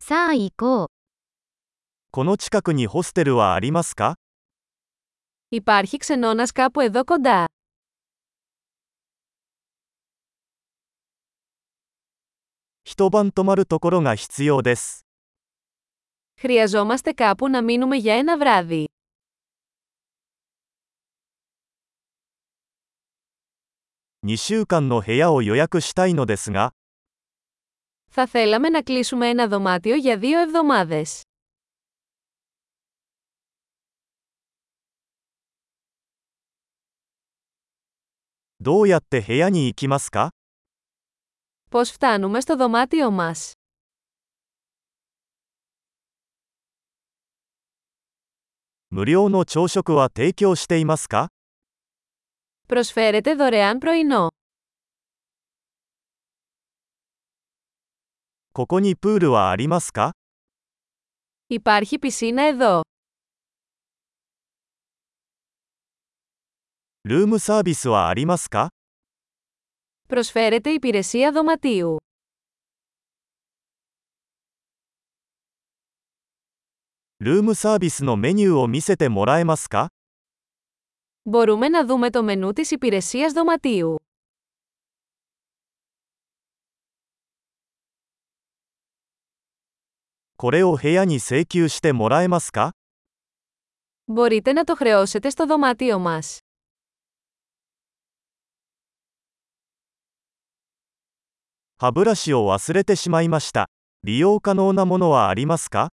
さあ行こう。この近くにホステルはありますか Υπάρχει ξενώνας κάπου εδώ κοντά. 一晩泊まるところが必要です。 Χρειαζόμαστε κάπου να μείνουμε για ένα βράδυ. 2週間の部屋を予約したいのですが、 Θα θέλαμε να κλείσουμε ένα δωμάτιο για δύο εβδομάδες. どうやって部屋に行きますか Πώς φτάνουμε στο δωμάτιο μας. 無料の朝食は提供していますか Προσφέρεται δωρεάν πρωινό. ここにプールはありますか Υπάρχει πισίνα εδώ. ルームサービスはありますか Προσφέρεται υπηρεσία δωματίου. ルームサービスのメニューを見せてもらえますか Μπορούμε να δούμε το μενού της υπηρεσίας δωματίου. これを部屋に請求してもらえますか Μπορείτε να το χρεώσετε στο δωμάτιο μας. 歯ブラシを忘れてしまいました。利用可能なものはありますか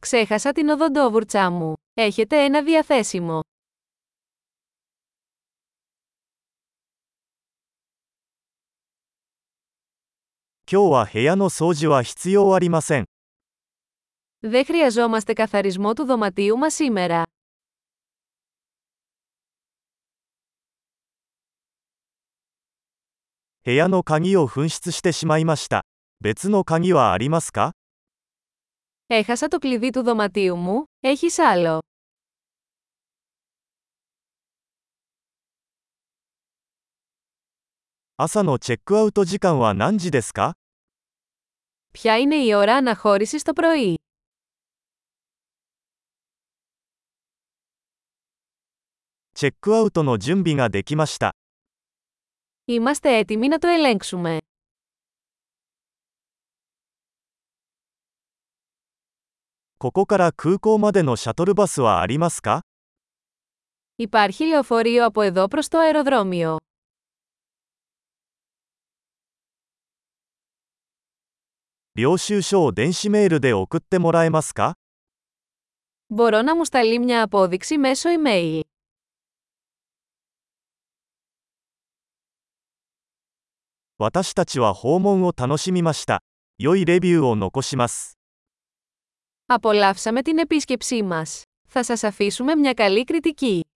Ξέχασα την οδοντόβουρτσά μου. Έχετε ένα διαθέσιμο. 今日は部屋の掃除は必要ありません。 Δεν χρειαζόμαστε καθαρισμό του δωματίου μας σήμερα. Bureau 部屋の鍵を紛失してしまいました。別の鍵はありますか Έχασα το κλειδί του δωματίου μου, έχεις άλλο. 朝のチェックアウト時間は何時ですか Ποια είναι η ώρα αναχώρησης το πρωί. チェックアウトの準備ができました。 Είμαστε έτοιμοι να το ελέγξουμε. ここから空港までのシャトルバスはありますか Υπάρχει λεωφορείο από εδώ προς το αεροδρόμιο. 領収書を電子メールで送ってもらえますか Μπορώ να μου σταλεί μια απόδειξη μέσω email. 私たちは訪問を楽しみました。良いレビューを残します。 Απολαύσαμε την επίσκεψή μας. Θα σας αφήσουμε μια καλή κριτική.